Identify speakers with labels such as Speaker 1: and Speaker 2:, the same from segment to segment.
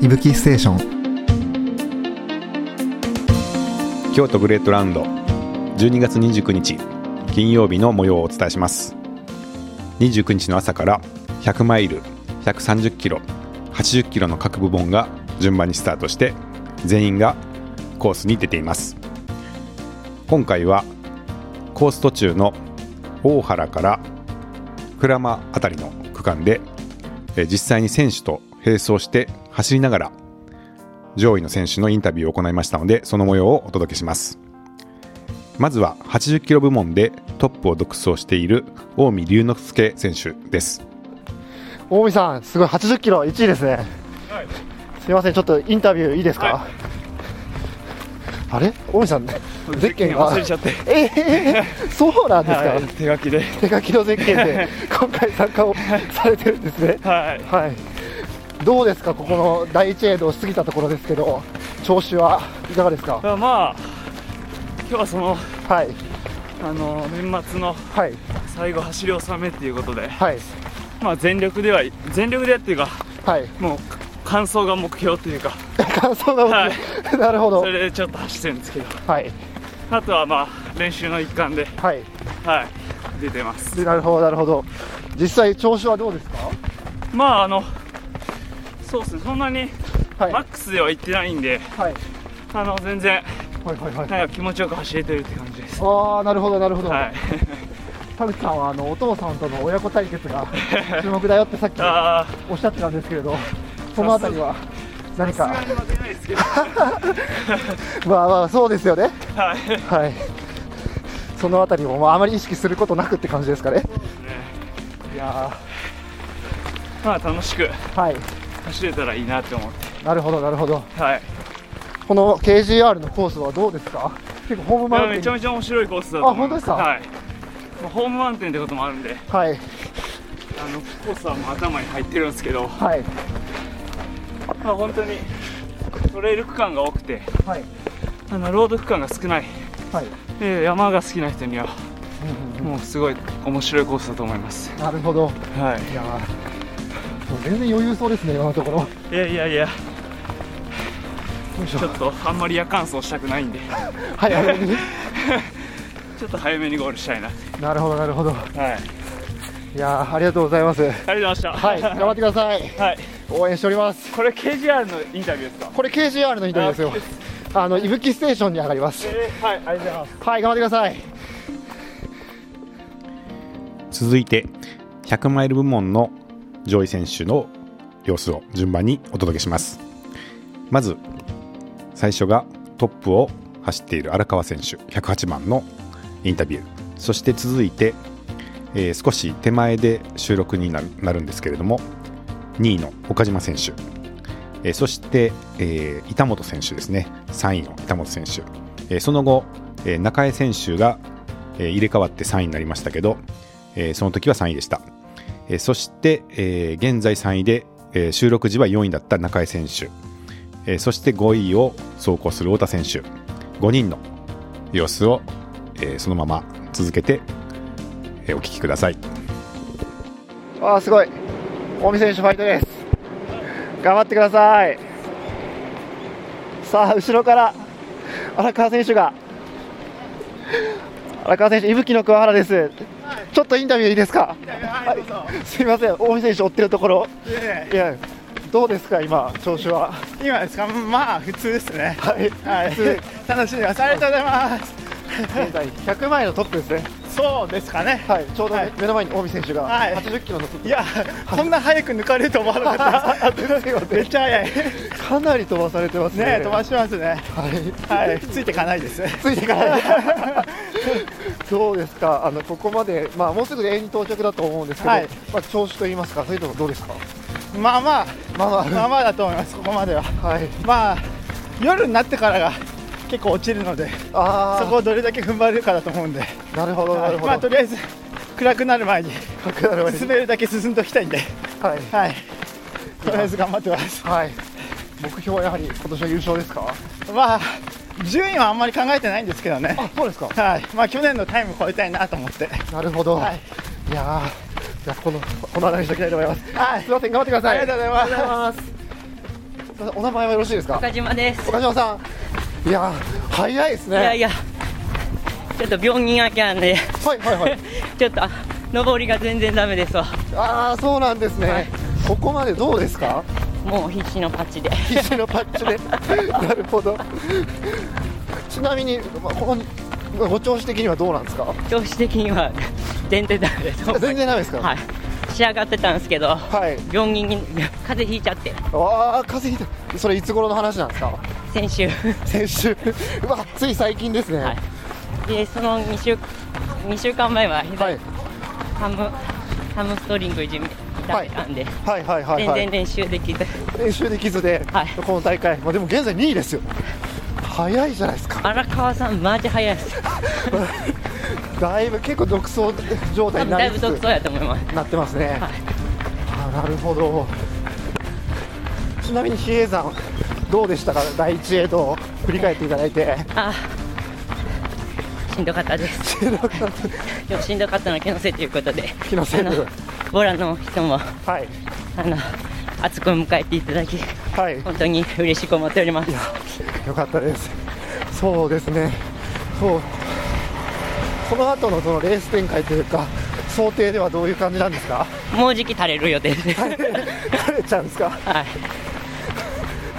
Speaker 1: いぶきステーション
Speaker 2: 京都グレートラウンド12月29日金曜日の模様をお伝えします29日の朝から100マイル130キロ80キロの各部門が順番にスタートして全員がコースに出ています今回はコース途中の大原から鞍馬あたりの区間でえー実際に選手と並走して走りながら上位の選手のインタビューを行いましたのでその模様をお届けしますまずは80キロ部門でトップを独走している近江龍之介選手です
Speaker 3: 大見さん、すごい80キロ、1位ですね。すみません、ちょっとインタビューいいですか。あれ、大見さん、ゼッケンが
Speaker 4: 忘れちゃって、
Speaker 3: ええ そうなんですか。
Speaker 4: はい、手書きで、
Speaker 3: 手書きのゼッケン で、今回参加をされてるんですね。
Speaker 4: はい、
Speaker 3: はい。どうですか、ここの第一エイドを過ぎたところですけど、調子はいかがですか。
Speaker 4: まあまあ、今日はその
Speaker 3: はい、
Speaker 4: あの年末の
Speaker 3: はい、
Speaker 4: 最後走り納めっていうことで、
Speaker 3: はい、
Speaker 4: まあ全力では全力でっていうか、
Speaker 3: はい。
Speaker 4: もう完走が目標っていうか、
Speaker 3: 感想が、
Speaker 4: はい
Speaker 3: なるほど
Speaker 4: そ。れでちょっと走ってるんですけど、
Speaker 3: はい、
Speaker 4: あとはまあ練習の一環で、
Speaker 3: はい。
Speaker 4: はい、出てます。
Speaker 3: でなるほど、なるほど。実際調子はどうですか。
Speaker 4: まああの、そうですね、そんなに
Speaker 3: はい。
Speaker 4: マックスでは行ってないんで、
Speaker 3: はい。
Speaker 4: あの全然
Speaker 3: はいはいはい。
Speaker 4: なんか気持ちよく走れてるって感じです。
Speaker 3: ああ、なるほど、なるほど。
Speaker 4: はい、
Speaker 3: 田口さんはあのお父さんとの親子対決 が注目だよってさっき
Speaker 4: あ
Speaker 3: おっしゃってたんですけれど、そのあたりは何
Speaker 4: あ、
Speaker 3: か、
Speaker 4: 負けないですけど、
Speaker 3: まあまあ、そうですよね。
Speaker 4: はい。
Speaker 3: はい。そのあたりも、まあ、あまり意識することなくって感じですかね。いや
Speaker 4: まあ楽しく
Speaker 3: ーはい。
Speaker 4: 走れたらいいなって思って
Speaker 3: なるほど、なるほど。
Speaker 4: はい
Speaker 3: この KGR のコースはどうですか結構ホームマウン
Speaker 4: めち
Speaker 3: テ
Speaker 4: ゃ
Speaker 3: ン。
Speaker 4: めちゃ面白いコースだと思います
Speaker 3: あ本
Speaker 4: はいまあホームワンテンってこともあるんで
Speaker 3: はい。
Speaker 4: あのコースはもう頭に入ってるんですけど
Speaker 3: はい。
Speaker 4: まあ本当にトレイル区間が多くて
Speaker 3: はい。
Speaker 4: あのロード区間が少ない
Speaker 3: はい。
Speaker 4: で山が好きな人には
Speaker 3: うんうん
Speaker 4: もうすごい面白いコースだと思います
Speaker 3: なるほど。
Speaker 4: はい
Speaker 3: いやーもう全然余裕そうですね、今のところ。よ
Speaker 4: いやいやいや
Speaker 3: いしょ
Speaker 4: ちょっとあんまり夜間走したくないんで
Speaker 3: はい、あれに。
Speaker 4: ちょっと早めにゴールしたいなっ
Speaker 3: なるほど、なるほど。
Speaker 4: てはいあり
Speaker 3: いやーありがとうございます。は
Speaker 4: がとうございました
Speaker 3: い、頑張ってください。
Speaker 4: はい
Speaker 3: 応援しております。
Speaker 4: これ KGR のインタビューですか
Speaker 3: これ KGR のインタビューですよ。あの、いぶきステーションに上がります。
Speaker 4: えーはいありがとうございます
Speaker 3: はい、頑張ってください。
Speaker 2: 続いて100マイル部門の上位選手の様子を順番にお届けしますまず最初がトップを走っている荒川選手108番のインタビューそして続いて、えー少し手前で収録になるなるんですけれども2位の岡島選手、えーそして、えー板本選手ですね3位の板本選手、えーその後、えー中江選手が、えー入れ替わって3位になりましたけどえーその時は3位でした、えーそして、えー現在3位で、えー収録時は4位だった中江選手、えーそして5位を走行する太田選手5人の様子を、えーそのまま続けて、えーお聞きください
Speaker 3: あーすごい。大見選手ファイトです。頑張ってください。さあ、後ろから荒川選手が。荒川選手、伊吹の桑原です。ちょっとインタビューいいですか。はい、すいません、大見選手追ってるところ。いや、どうですか、今、調子は。
Speaker 5: 今ですかまあ普通ですね
Speaker 3: はい、
Speaker 5: はい
Speaker 3: 普通
Speaker 5: 楽しんでますありがとうございます
Speaker 3: 現在100枚のトップですね、
Speaker 5: そうですかね
Speaker 3: はい、ちょうど
Speaker 5: はい
Speaker 3: 目の前に近江選手が
Speaker 5: はい
Speaker 3: 80キロのトップ、
Speaker 5: いやこんな早く抜かれると思わなかったですめっちゃ早い
Speaker 3: かなり飛ばされてますね、
Speaker 5: ね飛ばしますね
Speaker 3: はい、
Speaker 5: はいついていかないです
Speaker 3: ついていか ない、どうですか、あのここまで、まあ、もうすぐ永遠に到着だと思うんですけど、
Speaker 5: はい
Speaker 3: まあ、調子といいますか、そういうとこどうですか、
Speaker 5: まあまあ
Speaker 3: まあま
Speaker 5: まあまあだと思いますここまでは
Speaker 3: あ、はい、
Speaker 5: まあ夜になってからが結構落ちるので
Speaker 3: あ
Speaker 5: そこをどれだけ踏ん張れるかだと思うんで
Speaker 3: あ、なるほど、なるほど、
Speaker 5: まあとりあえず暗くなる前に
Speaker 3: 角度あり
Speaker 5: 進めるだけ進んでおきたいんで
Speaker 3: はい、
Speaker 5: はいとりあえず頑張ってます
Speaker 3: はい、目標はやはり今年は優勝ですか、
Speaker 5: まあ順位はあんまり考えてないんですけどね
Speaker 3: あそうですか、
Speaker 5: はい、まあ去年のタイム超えたいなと思って。
Speaker 3: なるほど、
Speaker 5: はいい、
Speaker 3: やー、じゃあこの、この話をしておきたいと思います。
Speaker 5: はい
Speaker 3: すみません、頑張ってください。
Speaker 5: ありがとうござい
Speaker 3: あ
Speaker 5: ます
Speaker 3: りがとうございます。お名前はよろしいですか
Speaker 1: 岡島です。
Speaker 3: 岡島さんいやー早いです
Speaker 1: い
Speaker 3: ね
Speaker 1: やいや、ちょっと病人明けなんで、
Speaker 3: はいはいはい
Speaker 1: ちょっとあ登りが全然ダメですわ。
Speaker 3: ああそうなんですね、
Speaker 1: はい
Speaker 3: ここまでどうですか
Speaker 1: もう必死のパッチで。
Speaker 3: 必死のパッチでなるほどちなみに、まあ、このご調子的にはどうなんですか
Speaker 1: 調子的には全然ダメです。
Speaker 3: 全然ダメですか
Speaker 1: はい。仕上がってたんですけど、
Speaker 3: はい
Speaker 1: 病人に風邪ひいちゃって、
Speaker 3: ああ風邪ひいたそれいつ頃の話なんですか
Speaker 1: 先週。
Speaker 3: 先週うわつい最近ですね
Speaker 1: はいで、その2週、二週間前は膝、
Speaker 3: はい
Speaker 1: ハム、ハムストリングいじめ、痛めたんで、
Speaker 3: はいはいはい
Speaker 1: 全
Speaker 3: はい
Speaker 1: 然練習できず。
Speaker 3: 練習できずで、
Speaker 1: はい
Speaker 3: この大会、まあ、でも現在2位ですよ早いじゃないですか
Speaker 1: 荒川さん、マジ早いです。
Speaker 3: だいぶ結構独走状態
Speaker 1: 多
Speaker 3: に
Speaker 1: 分
Speaker 3: な
Speaker 1: だい
Speaker 3: り
Speaker 1: ぶ
Speaker 3: つ
Speaker 1: 独
Speaker 3: つ
Speaker 1: 走やと思います。
Speaker 3: なってますね、
Speaker 1: はい
Speaker 3: あなるほどちなみに比叡山どうでしたか第一エイドを振り返っていただい て
Speaker 1: あーしんどかったです。
Speaker 3: 収録の
Speaker 1: でもしんどかったのは気のせいということで、
Speaker 3: 気のせい
Speaker 1: あ
Speaker 3: と
Speaker 1: のボラの人も
Speaker 3: はい
Speaker 1: あの熱く迎えていただき、
Speaker 3: はい
Speaker 1: 本当に嬉しく思っております。
Speaker 3: よかったですそうですねそうこの後のそのレース展開というか想定ではどういう感じなんですか
Speaker 1: もうじき垂れる予定です。はい、
Speaker 3: 疲れちゃうんですか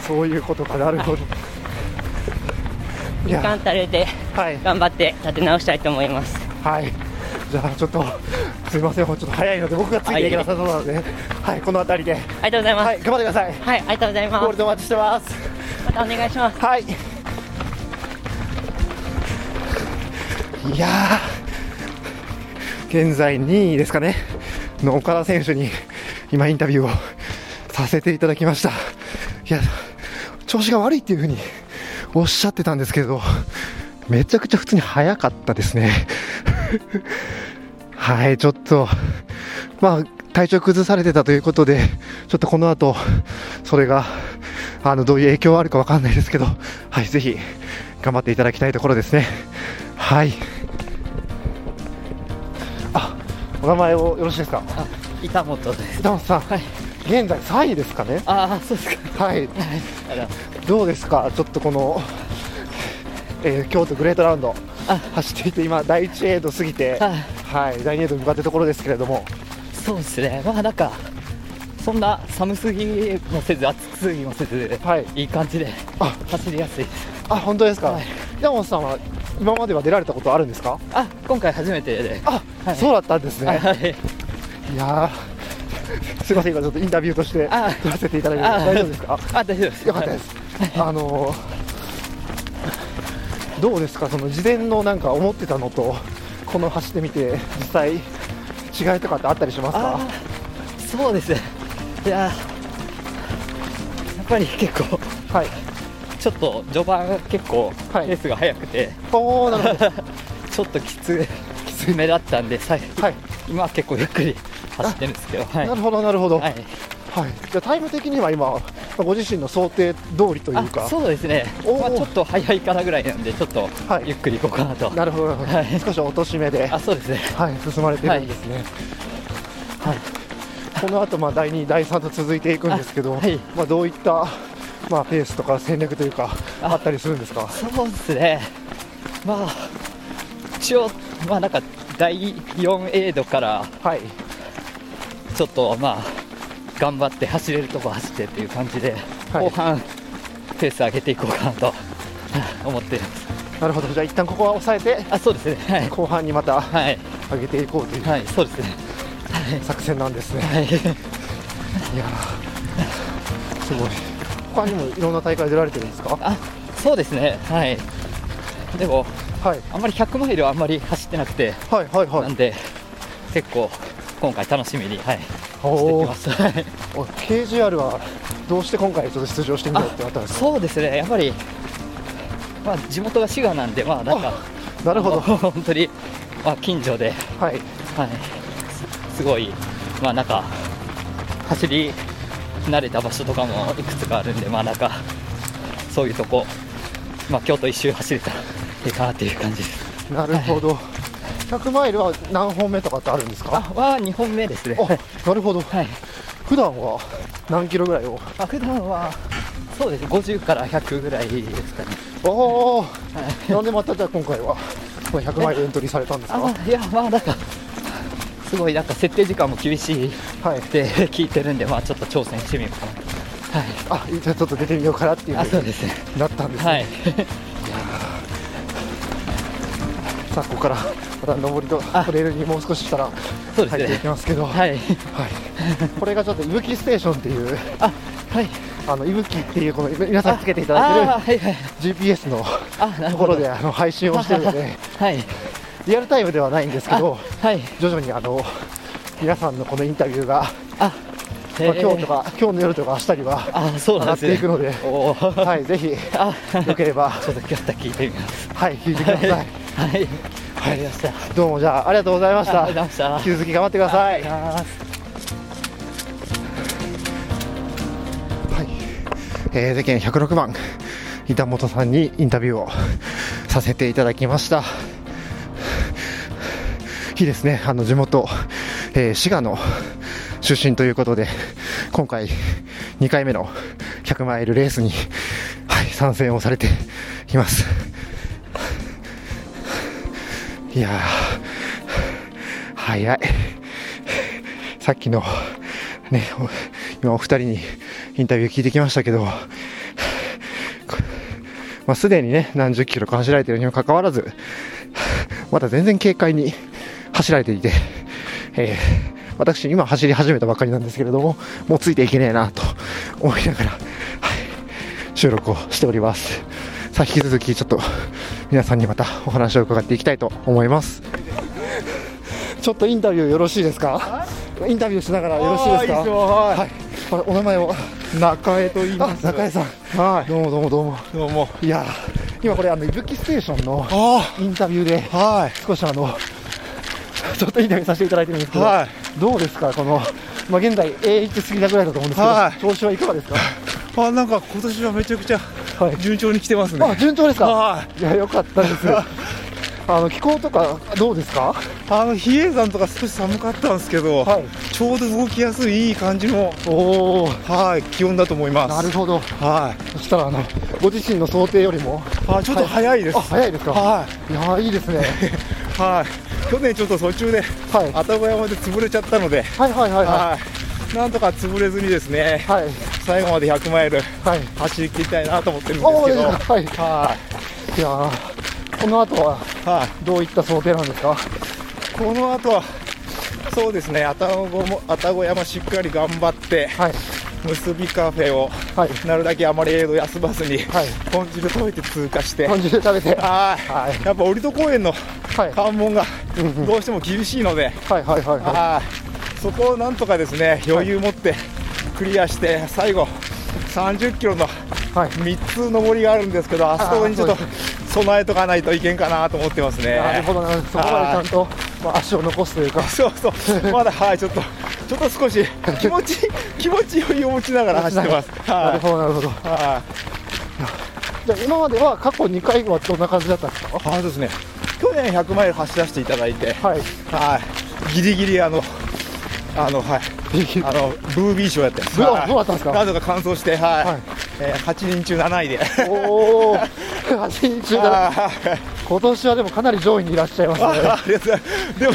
Speaker 3: そういうことかなるほどい
Speaker 1: 時間
Speaker 3: や
Speaker 1: 垂れて
Speaker 3: はい
Speaker 1: 頑張って立て直したいと思います。
Speaker 3: はいじゃあちょっとすみませんもうちょっと早いので僕がついていけなさそうなのではいこの辺りで
Speaker 1: ありがとうございま
Speaker 3: は
Speaker 1: す。はいい、
Speaker 3: 頑張ってください
Speaker 1: ありがとうございま
Speaker 3: ゴール
Speaker 1: す。
Speaker 3: ドお待ちしてます
Speaker 1: またお願いします。
Speaker 3: はいいやー現在2位ですかねの岡田選手に今インタビューをさせていただきましたいや調子が悪いっていうふうにおっしゃってたんですけどめちゃくちゃ普通に速かったですねはいちょっと まあ体調崩されてたということでちょっとこの後それがあのどういう影響はあるかわかんないですけどはいぜひ頑張っていただきたいところですねはいあお名前をよろしいですか
Speaker 6: 板本です。
Speaker 3: 板本さん、現在3位ですかね
Speaker 6: ああ、そうですか。
Speaker 3: はい
Speaker 6: あら
Speaker 3: どうですかちょっとこの、えー京都グレートラウンド
Speaker 6: あ
Speaker 3: 走っていて今第1エイド過ぎて
Speaker 6: はい
Speaker 3: はい第2エイドに向かってるところですけれども
Speaker 6: そうですね。まあ、なんか、そんな寒すぎもせず、暑すぎもせず、
Speaker 3: はい
Speaker 6: いい感じで
Speaker 3: あ
Speaker 6: 走りやすいです。
Speaker 3: あ本当ですか、
Speaker 6: はい
Speaker 3: 板本さんは今までは出られたことあるんですか
Speaker 6: あ、今回初めてで。
Speaker 3: あ、
Speaker 6: はい
Speaker 3: そうだったんですね、
Speaker 6: はい、
Speaker 3: いやー すいません、今ちょっとインタビューとして
Speaker 6: あ
Speaker 3: 撮らせていただいて、
Speaker 6: あ
Speaker 3: 大丈夫ですか
Speaker 6: あ、大丈夫です。
Speaker 3: よかったです。あのーどうですか、その事前のなんか思ってたのと、この走ってみて、実際、違いとかってあったりします
Speaker 6: あ
Speaker 3: か
Speaker 6: ーそうですね。いやー、やっぱり結構、
Speaker 3: はい、
Speaker 6: ちょっと序盤、結構、
Speaker 3: はい
Speaker 6: レースが速くて、
Speaker 3: おー、なるほ
Speaker 6: ちょっときつ きつめだったんで、さい
Speaker 3: ど、はい、
Speaker 6: 今は結構ゆっくり走ってるんですけど、はい
Speaker 3: なるほど、なるほど、は、
Speaker 6: はいい、
Speaker 3: じゃあ、タイム的には今、まあご自身の想定通りという
Speaker 6: あ
Speaker 3: か、
Speaker 6: そうですね、
Speaker 3: おー
Speaker 6: まあ、ちょっと早いかなぐらいなんで、ちょっと
Speaker 3: はい
Speaker 6: ゆっくり行こうかなと、
Speaker 3: なるほど、なるほど
Speaker 6: はい
Speaker 3: 少し落とし目で、
Speaker 6: あそうですね、
Speaker 3: はい、進まれてるんですね。はい。この後まあ第2、第3と続いていくんですけど、
Speaker 6: あはい
Speaker 3: まあどういったまあペースとか戦略というかあったりするんですか。
Speaker 6: そうですね、まあ、一応、まあ、なんか第4エイドから、
Speaker 3: はい。
Speaker 6: ちょっとまあ、頑張って走れるとこ走ってっていう感じで、
Speaker 3: はい
Speaker 6: 後半、ペース上げていこうかなと思ってます。
Speaker 3: なるほど。じゃあ一旦ここは抑えて
Speaker 6: あそうですね、はい、
Speaker 3: 後半にまた
Speaker 6: はい、
Speaker 3: 上げていこうという
Speaker 6: はい、そうですね、
Speaker 3: 作戦なんですね。
Speaker 6: はい、
Speaker 3: いやーすごい。他にもいろんな大会出られてるんですか。
Speaker 6: あそうですね、はい、でも、
Speaker 3: はい。
Speaker 6: あんまり100マイルはあんまり走ってなくて。
Speaker 3: はいはいは
Speaker 6: ないん。で、結構今回楽しみに、はい、して
Speaker 3: お
Speaker 6: きま
Speaker 3: ー
Speaker 6: す。はい
Speaker 3: お KGR はどうして今回ちょっと出場してみようってなったんですか。
Speaker 6: そうですね、やっぱり、まあ、地元が滋賀なんで、まあ、なんか、
Speaker 3: なるほど。
Speaker 6: もう 本当に、まあ、近所で、
Speaker 3: はい。
Speaker 6: はい、すすごい、まあ、なんか、走り慣れた場所とかもいくつかあるんで、まあ、なんか、そういうとこ、まあ、京都一周走れたらいいかなっていう感じです。
Speaker 3: なるほど。100マイルは何本目とかってあるんです
Speaker 6: あ
Speaker 3: か。
Speaker 6: は2本目ですね。
Speaker 3: あ、なるほど。
Speaker 6: はい
Speaker 3: 普段は何キロぐらいを。
Speaker 6: あ普段はそうです50から100ぐらいですかね
Speaker 3: おお、なんでまたじゃあ今回はこの100マイルエントリーされたんですか
Speaker 6: あいやまあなんかすごいなんか設定時間も厳しい
Speaker 3: はい
Speaker 6: って聞いてるんでまあちょっと挑戦してみようかなはい
Speaker 3: あじゃあちょっと出てみようかなっていう
Speaker 6: あ
Speaker 3: ふ
Speaker 6: そうう
Speaker 3: に
Speaker 6: ですね
Speaker 3: なったんです、ね
Speaker 6: はい
Speaker 3: さあここからまた上りと
Speaker 6: あ
Speaker 3: トレイルにもう少ししたら
Speaker 6: そう
Speaker 3: 入ってい
Speaker 6: です
Speaker 3: き
Speaker 6: ね
Speaker 3: ますけど、
Speaker 6: は
Speaker 3: はい
Speaker 6: い
Speaker 3: これがちょっと伊吹ステーションっていう
Speaker 6: あはい
Speaker 3: あの伊吹っていうこの皆さんつけていた
Speaker 6: あ
Speaker 3: だ
Speaker 6: あはいはい
Speaker 3: いてる GPS の
Speaker 6: あな
Speaker 3: と
Speaker 6: る
Speaker 3: こ
Speaker 6: ほど
Speaker 3: ろであの配信をしてるので
Speaker 6: はい
Speaker 3: リアルタイムではないんですけ
Speaker 6: あ
Speaker 3: ど
Speaker 6: はい
Speaker 3: 徐々にあの皆さんのこのインタビューが、
Speaker 6: あえ
Speaker 3: まあ、
Speaker 6: ー
Speaker 3: 今日とか、今日の夜とか明日には
Speaker 6: あそう
Speaker 3: 上
Speaker 6: な
Speaker 3: が
Speaker 6: ん
Speaker 3: って
Speaker 6: ですね
Speaker 3: いくので、
Speaker 6: おー
Speaker 3: はい、ぜひ
Speaker 6: あ
Speaker 3: よければ、
Speaker 6: ちょっと今日だ聞いてみます
Speaker 3: はい、聞いてください。
Speaker 6: はいわかりました
Speaker 3: どうもじゃあありがとうございまし
Speaker 6: あ
Speaker 3: た。
Speaker 6: りがとうございま
Speaker 3: 引
Speaker 6: し
Speaker 3: き続き頑張ってください。は
Speaker 6: た
Speaker 3: い、えー、ゼケン106番板本さんにインタビューをさせていただきました。いいですね、あの地元、えー滋賀の出身ということで、今回、2回目の100マイルレースに、はい、参戦をされています。いやー、早い。さっきの、ね、お今お二人にインタビュー聞いてきましたけど、まあ、すでにね、何十キロか走られているにもかかわらず、まだ全然軽快に走られていて、えー私、今走り始めたばかりなんですけれども、もうついていけねえなと思いながら、はい、収録をしております。さあ、引き続き、ちょっと皆さんにまたお話を伺っていきたいと思います。ちょっとインタビューよろしいですかインタビューしながらよろしいですか
Speaker 5: あーいいっすよはい
Speaker 3: はい、お名前を
Speaker 5: 中江と言い
Speaker 3: あ
Speaker 5: ます
Speaker 3: 中江さん
Speaker 5: はい
Speaker 3: どうもどうもどうも
Speaker 5: どうも
Speaker 3: いやー今これあのいぶきステーションの
Speaker 5: あ
Speaker 3: インタビューで
Speaker 5: あは
Speaker 3: 少しあのちょっとインタビューさせていただいてるんですけ
Speaker 5: い
Speaker 3: ど、
Speaker 5: は
Speaker 3: どうですかこのまあ現在 A1 過ぎたぐらいだと思うんですけど、
Speaker 5: はい
Speaker 3: 調子はいかがですか
Speaker 5: いあなんか今年はめちゃくちゃ
Speaker 3: はい
Speaker 5: 順調に来てますね
Speaker 3: あ順調ですか
Speaker 5: はい
Speaker 3: や良かったです あの気候とかどうですか
Speaker 5: あの比叡山とか少し寒かったんですけど、
Speaker 3: はい
Speaker 5: ちょうど動きやすいいい感じの
Speaker 3: おお
Speaker 5: はい気温だと思います
Speaker 3: なるほど
Speaker 5: はい
Speaker 3: そしたらあのご自身の想定よりも
Speaker 5: あちょっと早いです
Speaker 3: あ早いですか
Speaker 5: はい
Speaker 3: やーいいですね
Speaker 5: いはい去年ちょっと途中で
Speaker 3: はい
Speaker 5: 愛宕山で潰れちゃったので
Speaker 3: はいはいはいは
Speaker 5: はいなんとか潰れずにですね
Speaker 3: いはい
Speaker 5: 最後まで100マイル
Speaker 3: はい
Speaker 5: 走り切りたいなと思ってるんです
Speaker 3: お
Speaker 5: け
Speaker 3: ー
Speaker 5: ど
Speaker 3: いいですねはい
Speaker 5: はい、
Speaker 3: やーこの後はい
Speaker 5: はい、
Speaker 3: どういった想定なんですか
Speaker 5: この後はそうですね愛宕も愛宕山しっかり頑張って
Speaker 3: はい
Speaker 5: 結びカフェを
Speaker 3: はい
Speaker 5: なるだけあまりエイド休まずに、
Speaker 3: はい
Speaker 5: 豚汁食べて通過して
Speaker 3: 豚汁食べては
Speaker 5: はい
Speaker 3: い
Speaker 5: やっぱ折戸公園の
Speaker 3: はい
Speaker 5: 関門が
Speaker 3: うんうん
Speaker 5: どうしても厳しいので、
Speaker 3: はいはいはいは
Speaker 5: はいそこをなんとかですね余裕持ってクリアして最後30キロの
Speaker 3: いはい
Speaker 5: 3つ登りがあるんですけどあそこにちょっと
Speaker 3: そう
Speaker 5: 備えとかないといけんかなと思ってますね
Speaker 3: なるほどなるほどそこまでちゃんとまあ足を残すというか
Speaker 5: そう そう、まだはい、ちょっと、ちょっと少し気持ち、気持ち余裕を持ちながら走ってます。
Speaker 3: な
Speaker 5: は
Speaker 3: る
Speaker 5: い。
Speaker 3: ほどなるほど
Speaker 5: はい。
Speaker 3: じゃあ今までは過去2回はどんな感じだったんですか
Speaker 5: あのですね、去年100マイル走らせていただいて、
Speaker 3: はい
Speaker 5: はい、ギリギリあの、あの、はい、あの、ブービー賞やってます。
Speaker 3: ブー
Speaker 5: はい
Speaker 3: あそうだったんですか
Speaker 5: なんとか完走して、はい。
Speaker 3: はい
Speaker 5: えー8人中7位で。
Speaker 3: おお8人中だ
Speaker 5: はい
Speaker 3: 今年はでもかなり上位にいらっしゃいます
Speaker 5: あ
Speaker 3: ね
Speaker 5: ありがとうございます。でも、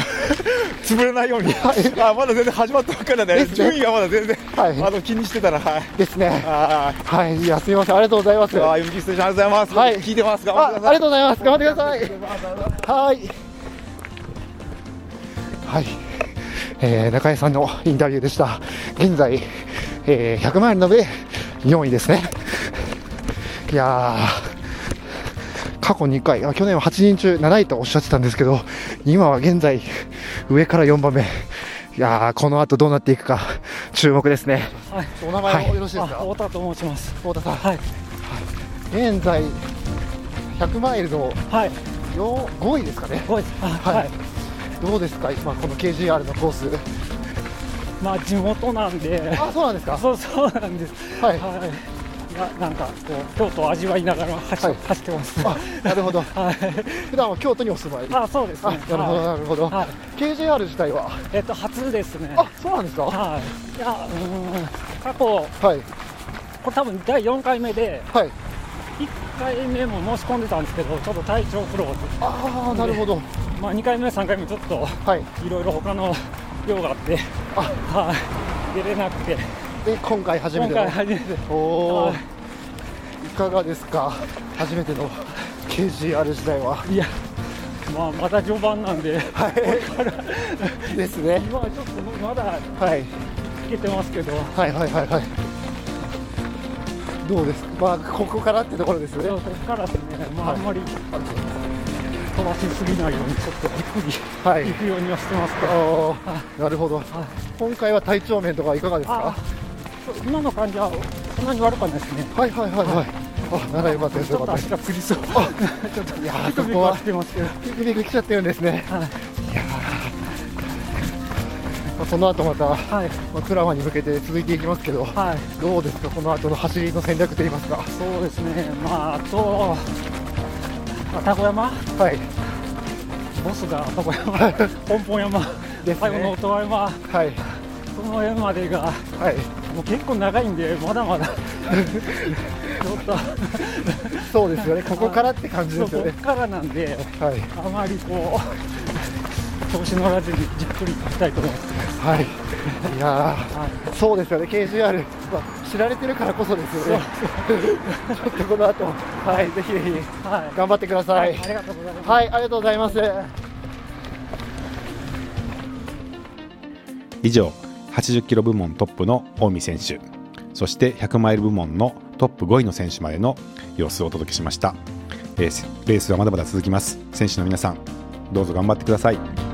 Speaker 5: 潰れないように。
Speaker 3: はい
Speaker 5: あまだ全然始まったばっかりなんで、
Speaker 3: ですね
Speaker 5: 順位がまだ全然、
Speaker 3: はい
Speaker 5: あの、気にしてたら、はい。
Speaker 3: ですね
Speaker 5: あ
Speaker 3: はいいやすみませんありがとうございます
Speaker 5: あ、ゆきステーションありがとうございます。
Speaker 3: はい
Speaker 5: 聞いてます。頑張
Speaker 3: あ
Speaker 5: っ
Speaker 3: あ
Speaker 5: て
Speaker 3: りが。
Speaker 5: ください
Speaker 3: とうございます。頑張ってください。はい。はい。えー中江さんのインタビューでした。現在、えー100マイルので4位ですね。いやー、過去2回、あ去年は8人中7位とおっしゃってたんですけど、今は現在、上から4番目。いやー、この後どうなっていくか、注目ですね。
Speaker 6: はい
Speaker 3: お名前をよろしいですか、
Speaker 6: 太田と申します
Speaker 3: 太田さん。
Speaker 6: はい
Speaker 3: 現在、100マイルの
Speaker 6: はい
Speaker 3: よ5位ですかね。
Speaker 6: ごいあ
Speaker 3: はい、どうですか、今この KGR のコース。
Speaker 7: まあ地元なんで、
Speaker 3: あ、そうなんですか。
Speaker 7: そうそうなんです。
Speaker 3: はい
Speaker 7: はい。ななんかこう京都を味わいながら走,、
Speaker 3: はい
Speaker 7: 走ってます。
Speaker 3: あ、なるほど。
Speaker 7: はい。
Speaker 3: 普段は京都にお住まい。
Speaker 7: あ、そうです
Speaker 3: あ、
Speaker 7: ね。
Speaker 3: なるほど、
Speaker 7: はい
Speaker 3: なるほど
Speaker 7: はい。
Speaker 3: KGR 自体は。
Speaker 7: えっと初ですね。
Speaker 3: あ、そうなんですか。
Speaker 7: はい。いや、うーん。過去
Speaker 3: はい。
Speaker 4: これ多分第4回目で、
Speaker 3: はい
Speaker 4: 1回目も申し込んでたんですけど、ちょっと体調不良で、
Speaker 3: ああなるほど
Speaker 4: まあ、2回目、3回目、ちょっと
Speaker 3: はい
Speaker 4: いろいろ他の用があって、
Speaker 3: あ
Speaker 4: はい、出れなくて、
Speaker 3: で今回初め
Speaker 4: 今
Speaker 3: ての
Speaker 4: 回初めて、
Speaker 3: おお
Speaker 4: はい
Speaker 3: かがですか初めての KGR 時代はい
Speaker 4: や、まあ、まだ序盤なんで、
Speaker 3: はいですね
Speaker 4: 今はちょっとまだ
Speaker 3: はい
Speaker 4: 聞けてますけど、
Speaker 3: はいはいはいはいどうですまあここからってところです
Speaker 4: で
Speaker 3: よ
Speaker 4: も
Speaker 3: ね
Speaker 4: ここからですね、まあ、あんまり飛ばしすぎないように、ちょっとゆっく
Speaker 3: はい
Speaker 4: り行くようにはしてますけど。
Speaker 3: おーなるほど今回は体調面とかいかがです
Speaker 4: あ
Speaker 3: か
Speaker 4: そう今の感じはそんなに悪くはないですね。
Speaker 3: はいはいはいはいあならよかったです
Speaker 4: ち
Speaker 3: よ
Speaker 4: ょ
Speaker 3: か
Speaker 4: っ
Speaker 3: った
Speaker 4: と
Speaker 3: です
Speaker 4: 足がつりそう。ちょっと
Speaker 3: いやー
Speaker 4: ビクビ
Speaker 3: そこ
Speaker 4: ク
Speaker 3: は
Speaker 4: はしてますけど。
Speaker 3: ビクビク来ちゃってるんですね。
Speaker 4: はい
Speaker 3: いやーまあその後また、
Speaker 4: はい
Speaker 3: まあ、クラマに向けて続いていきますけど、
Speaker 4: はい。
Speaker 3: どうですか、この後の走りの戦略といいますか、
Speaker 4: そうですね。まああと愛宕山
Speaker 3: はい、
Speaker 4: ボスが愛宕 山、ポンポン山、
Speaker 3: ですね
Speaker 4: 最後の音羽山
Speaker 3: はい、
Speaker 4: その辺までが
Speaker 3: はい、
Speaker 4: もう結構長いんでまだまだちょっと
Speaker 3: そうですよね、ここからって感じ
Speaker 4: そ
Speaker 3: で
Speaker 4: う
Speaker 3: すよ
Speaker 4: こっ
Speaker 3: ね、
Speaker 4: からなんで
Speaker 3: はい、
Speaker 4: あまりこう調子乗らずにじっくり行きたいと思います。
Speaker 3: はい、いやー、
Speaker 4: はい。
Speaker 3: そうですよね、KGR、まあ、知られてるからこそですよね、 ちょっとこの後はい、ぜひぜひ
Speaker 4: はい
Speaker 3: 頑張ってください。
Speaker 4: ありがとうございます。
Speaker 3: はい、ありがとうございます。
Speaker 2: 以上80キロ部門トップの近江選手そして100マイル部門のトップ5位の選手までの様子をお届けしました、えーレースはまだまだ続きます選手の皆さんどうぞ頑張ってください